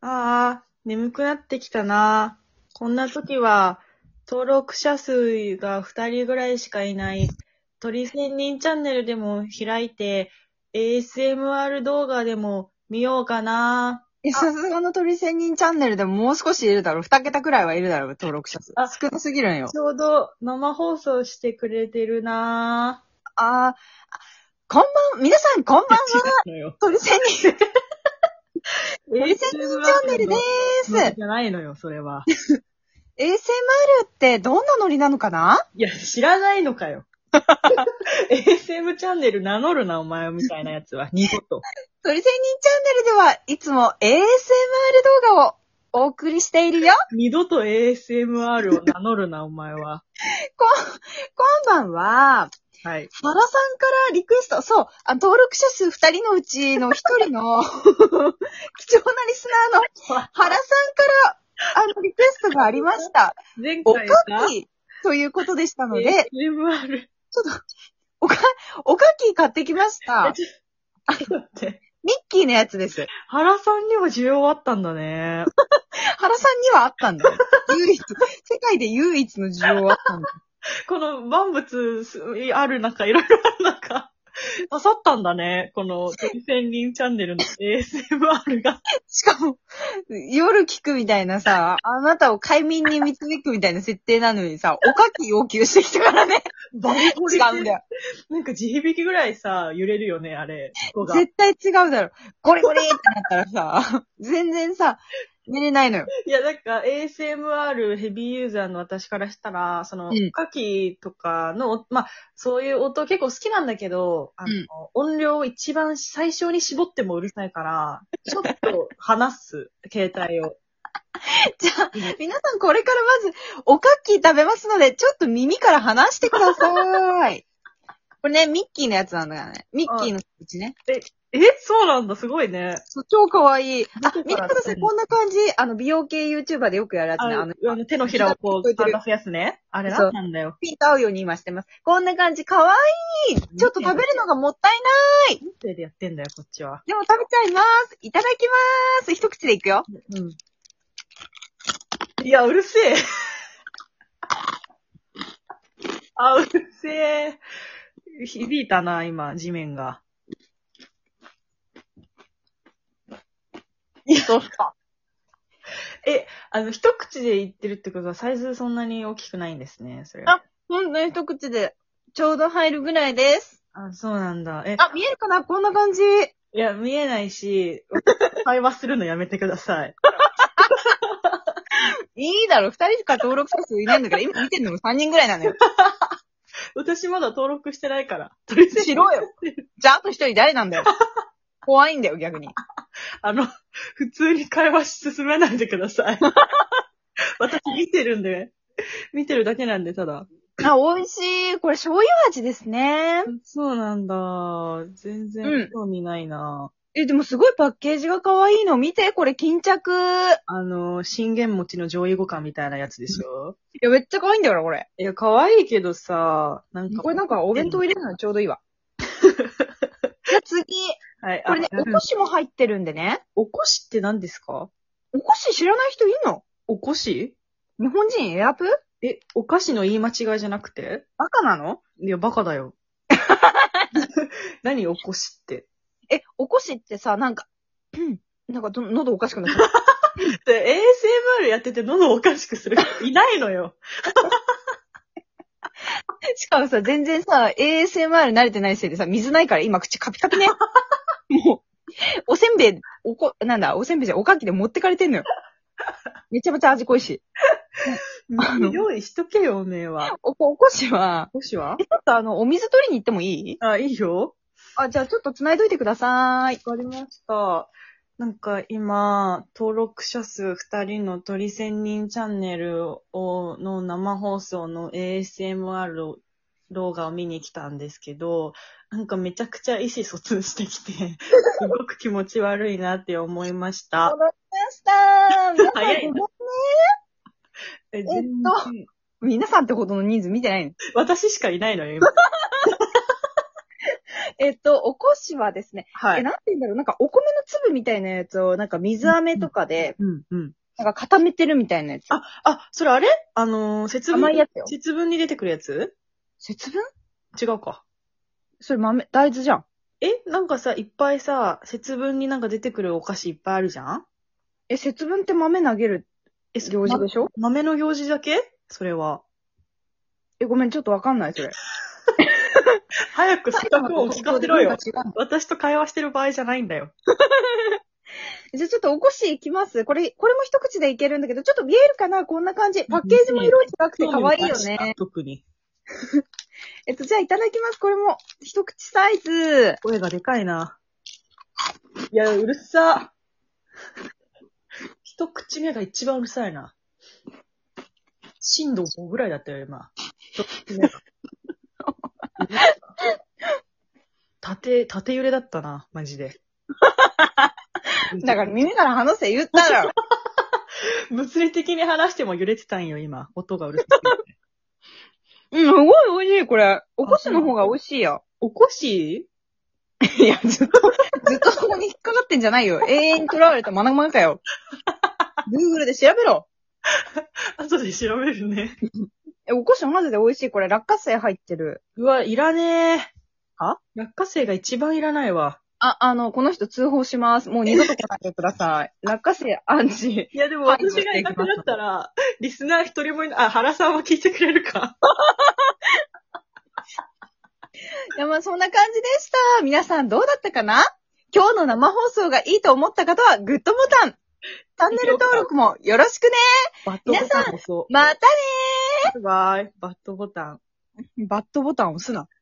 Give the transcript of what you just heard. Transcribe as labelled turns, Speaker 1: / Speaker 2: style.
Speaker 1: ああ、眠くなってきたな。こんな時は、登録者数が2人ぐらいしかいない、鳥仙人チャンネルでも開いて、ASMR 動画でも見ようかな。
Speaker 2: え、さすがの鳥仙人チャンネルでももう少しいるだろう。二桁くらいはいるだろう、登録者数。
Speaker 1: あ
Speaker 2: 少なすぎるんよ。
Speaker 1: ちょうど生放送してくれてるな。
Speaker 2: あーあ、こんばん、皆さんこんばんは。鳥仙人、鳥仙人チャンネルでーす。
Speaker 1: じゃないのよ、それは。
Speaker 2: ASMR ってどんなノリなのかない
Speaker 1: や、知ら ないの かよ。ASM チャンネル名乗るな、お前みたいなやつは。二度と。
Speaker 2: 鳥仙人チャンネルではいつも ASMR 動画をお送りしているよ。
Speaker 1: 二度と ASMR を名乗るな、お前 は。
Speaker 2: こん、こんばんは。
Speaker 1: はい。
Speaker 2: 原さんからリクエスト、そう、あ登録者数二人のうちの一 人の、貴重なリスナーの原さんから、あの、リクエストがありました。
Speaker 1: 前
Speaker 2: おか
Speaker 1: 回が、
Speaker 2: きということでしたので、
Speaker 1: ASMR。
Speaker 2: おか、おかき買ってきました。
Speaker 1: って、
Speaker 2: ミッキーのやつです。
Speaker 1: 原さんにも需要あったんだね。
Speaker 2: 原さんにはあったんだよ。唯一、世界で唯一の需要はあったんだよ。
Speaker 1: この万物ある中、いろいろある中、刺さったんだね。この、鳥仙人チャンネルの ASMR が。
Speaker 2: しかも、夜聞くみたいなさ、あなたを快眠に導くみたいな設定なのにさ、おかき要求してきたからね。
Speaker 1: バリコ
Speaker 2: 違うんだよ。
Speaker 1: なんか地響きぐらいさ、揺れるよね、あれ。ここが
Speaker 2: 絶対違うだろ。ゴリゴリってなったらさ、 全然さ、寝れないのよ。
Speaker 1: いや、なんか ASMR ヘビーユーザーの私からしたら、その、
Speaker 2: う
Speaker 1: 牡
Speaker 2: ん
Speaker 1: 蠣とかの、まあ、そういう音結構好きなんだけど、あの、
Speaker 2: うん
Speaker 1: 音量を一番最小に絞ってもうるさいから、ちょっと離す、携帯 を。
Speaker 2: じゃあ、皆さんこれからまず、おかき食べますので、ちょっと耳から離してください。これね、ミッキーのやつなんだよね。ミッキーのうちね。
Speaker 1: え、そうなんだ、すごいね。
Speaker 2: そう超かわいい。あ
Speaker 1: どこ、
Speaker 2: 見
Speaker 1: から
Speaker 2: てください。こんな感じ。あの、美容系 YouTuber でよくやるやつ
Speaker 1: あ
Speaker 2: ね。あ
Speaker 1: の
Speaker 2: の、
Speaker 1: あの手のひらをこう、
Speaker 2: 聞こえてる
Speaker 1: 体増やすね。あれ
Speaker 2: そ
Speaker 1: な
Speaker 2: うん
Speaker 1: なんだよ。
Speaker 2: ピンと合うように今してます。こんな感じ。かわいい。ちょっと食べるのがもったいない。
Speaker 1: 人生でやってんだよ、こっちは。
Speaker 2: でも食べちゃいます。いただきます。一口でいくよ。
Speaker 1: いや、うるせえ。 あ、うるせえ。響いたな、今、地面が。
Speaker 2: そうっすか。
Speaker 1: あの、一口で言ってるってことは、サイズそんなに大きくないんですね、それ。
Speaker 2: あほんとに一口で、ちょうど入るぐらいです。
Speaker 1: あ、そうなんだ。え、
Speaker 2: あ、見えるかなこんな感じ。
Speaker 1: いや、見えないし、 会話するのやめてください。
Speaker 2: いいだろ。二人しか登録者数いないんだから、今見てるのも三人ぐらいなのよ。
Speaker 1: 私まだ登録してないから。とりあえず
Speaker 2: しろよ。じゃあ、あと一人誰なん だよ。怖いんだよ、逆に。
Speaker 1: あの、普通に会話進めないでくださ い。私見てるんで、見てるだけなんで、ただ。
Speaker 2: あ、美味しい。これ醤油味ですね。
Speaker 1: そうなんだ。全
Speaker 2: う
Speaker 1: 然
Speaker 2: ん
Speaker 1: 興味ないな。
Speaker 2: え、でもすごいパッケージが可愛いの。見て、これ巾着。
Speaker 1: あの、信玄餅の上位互換みたいなやつでしょ、
Speaker 2: いや、めっちゃ可愛いんだよな、これ。
Speaker 1: いや、可愛いけどさ、なんか。
Speaker 2: これなんかお弁当入れるのにちょうどいいわ。 じゃあ次。
Speaker 1: はい、
Speaker 2: これね、
Speaker 1: あ
Speaker 2: おこしも入ってるんでね。
Speaker 1: おこしって何ですか
Speaker 2: おこし知らない人いんの
Speaker 1: おこし
Speaker 2: 日本人エアプ
Speaker 1: え、お菓子の言い間違いじゃなくて
Speaker 2: バカなの
Speaker 1: いや、バカだ よ。何おこしって。
Speaker 2: え、おこしってさ、なんか、 うんなんかど、喉おかしくなっちゃった。
Speaker 1: で、ASMR やってて喉おかしくする人いないのよ。
Speaker 2: しかもさ、全然さ、ASMR 慣れてないせいでさ、水ないから今口カピカピ ね。もう、おせんべい、おこ、なんだ、おせんべいじゃん、おかきで持ってかれてんのよ。めちゃめちゃ味濃いし。あの
Speaker 1: 用意しとけよ、おめえは。
Speaker 2: おこ、おこしは、
Speaker 1: おこしは
Speaker 2: え、ちょっとあの、お水取りに行ってもいい
Speaker 1: あ、いいよ。
Speaker 2: あ、じゃあちょっと繋いどいてください。
Speaker 1: わかりました。なんか今、登録者数2人の鳥仙人チャンネルをの生放送の ASMR 動画を見に来たんですけど、なんかめちゃくちゃ意思疎通してきて、 すごく気持ち悪いなって思いました
Speaker 2: 戻り。ました 皆さん
Speaker 1: 早いなえ、
Speaker 2: と
Speaker 1: 全然
Speaker 2: 皆さんってほどの人数見てないの。
Speaker 1: 私しかいないのよ、今。
Speaker 2: えっと、おこしはですね、
Speaker 1: は
Speaker 2: え、
Speaker 1: い。
Speaker 2: なんて言うんだろう、なんかお米の粒みたいなやつを、なんか水飴とかで、
Speaker 1: うんうん。
Speaker 2: なんか固めてるみたいなやつ。
Speaker 1: ああ、それあれあのー、節分。
Speaker 2: 甘いやつよ
Speaker 1: 節分に出てくるやつ
Speaker 2: 節分
Speaker 1: 違うか。
Speaker 2: それ豆、大豆じゃん。
Speaker 1: えなんかさ、いっぱいさ、節分になんか出てくるお菓子いっぱいあるじゃん
Speaker 2: え、節分って豆投げる
Speaker 1: え、そ
Speaker 2: 行事でしょ
Speaker 1: ま豆の行事だけそれは。
Speaker 2: え、ごめん、ちょっとわかんない、 それ。
Speaker 1: 早く資格を聞かせろよ。
Speaker 2: 埼玉と東京で文化違うの
Speaker 1: 私と会話してる場合じゃないんだよ。
Speaker 2: じゃあちょっとおこしいきます。これ、これも一口でいけるんだけど、ちょっと見えるかなこんな感じ。パッケージも色違くて可愛いよね。
Speaker 1: 特に。
Speaker 2: えっと、じゃあいただきます。これも、一口サイズ。
Speaker 1: 声がでかいな。いや、うるさ。一口目が一番うるさいな。震度5ぐらいだったよ、 今。一口目が縦、縦揺れだったな、マジで。
Speaker 2: だから、耳から話せ言ったら。
Speaker 1: 物理的に話しても揺れてたんよ、今。音がうるさい。
Speaker 2: うん、すごい美味しい、これ。おこしの方が美味しいよ。
Speaker 1: おこし
Speaker 2: いや、ずっと、ずっとそこに引っかかってんじゃないよ。永遠に囚われたまなまかよ。Google で調べろ。
Speaker 1: 後で調べるね。
Speaker 2: え、おこしマジで美味しい。これ、落花生入ってる。
Speaker 1: うわ、いらねえ。あ落花生が一番いらないわ。
Speaker 2: あ、あの、この人通報します。もう二度と来ないでください。落花生アンチ。
Speaker 1: いや、でも
Speaker 2: はい
Speaker 1: 私がいなくなったら、リスナー一人もいない、あ、原さんは聞いてくれるか。
Speaker 2: いや、まあ、そんな感じでした。皆さんどうだったかな今日の生放送がいいと思った方は、グッドボタン、チャンネル登録もよろしくね。
Speaker 1: バットボタン押そ
Speaker 2: またね
Speaker 1: う。バイバイ。バットボタン。
Speaker 2: バットボタン押すな。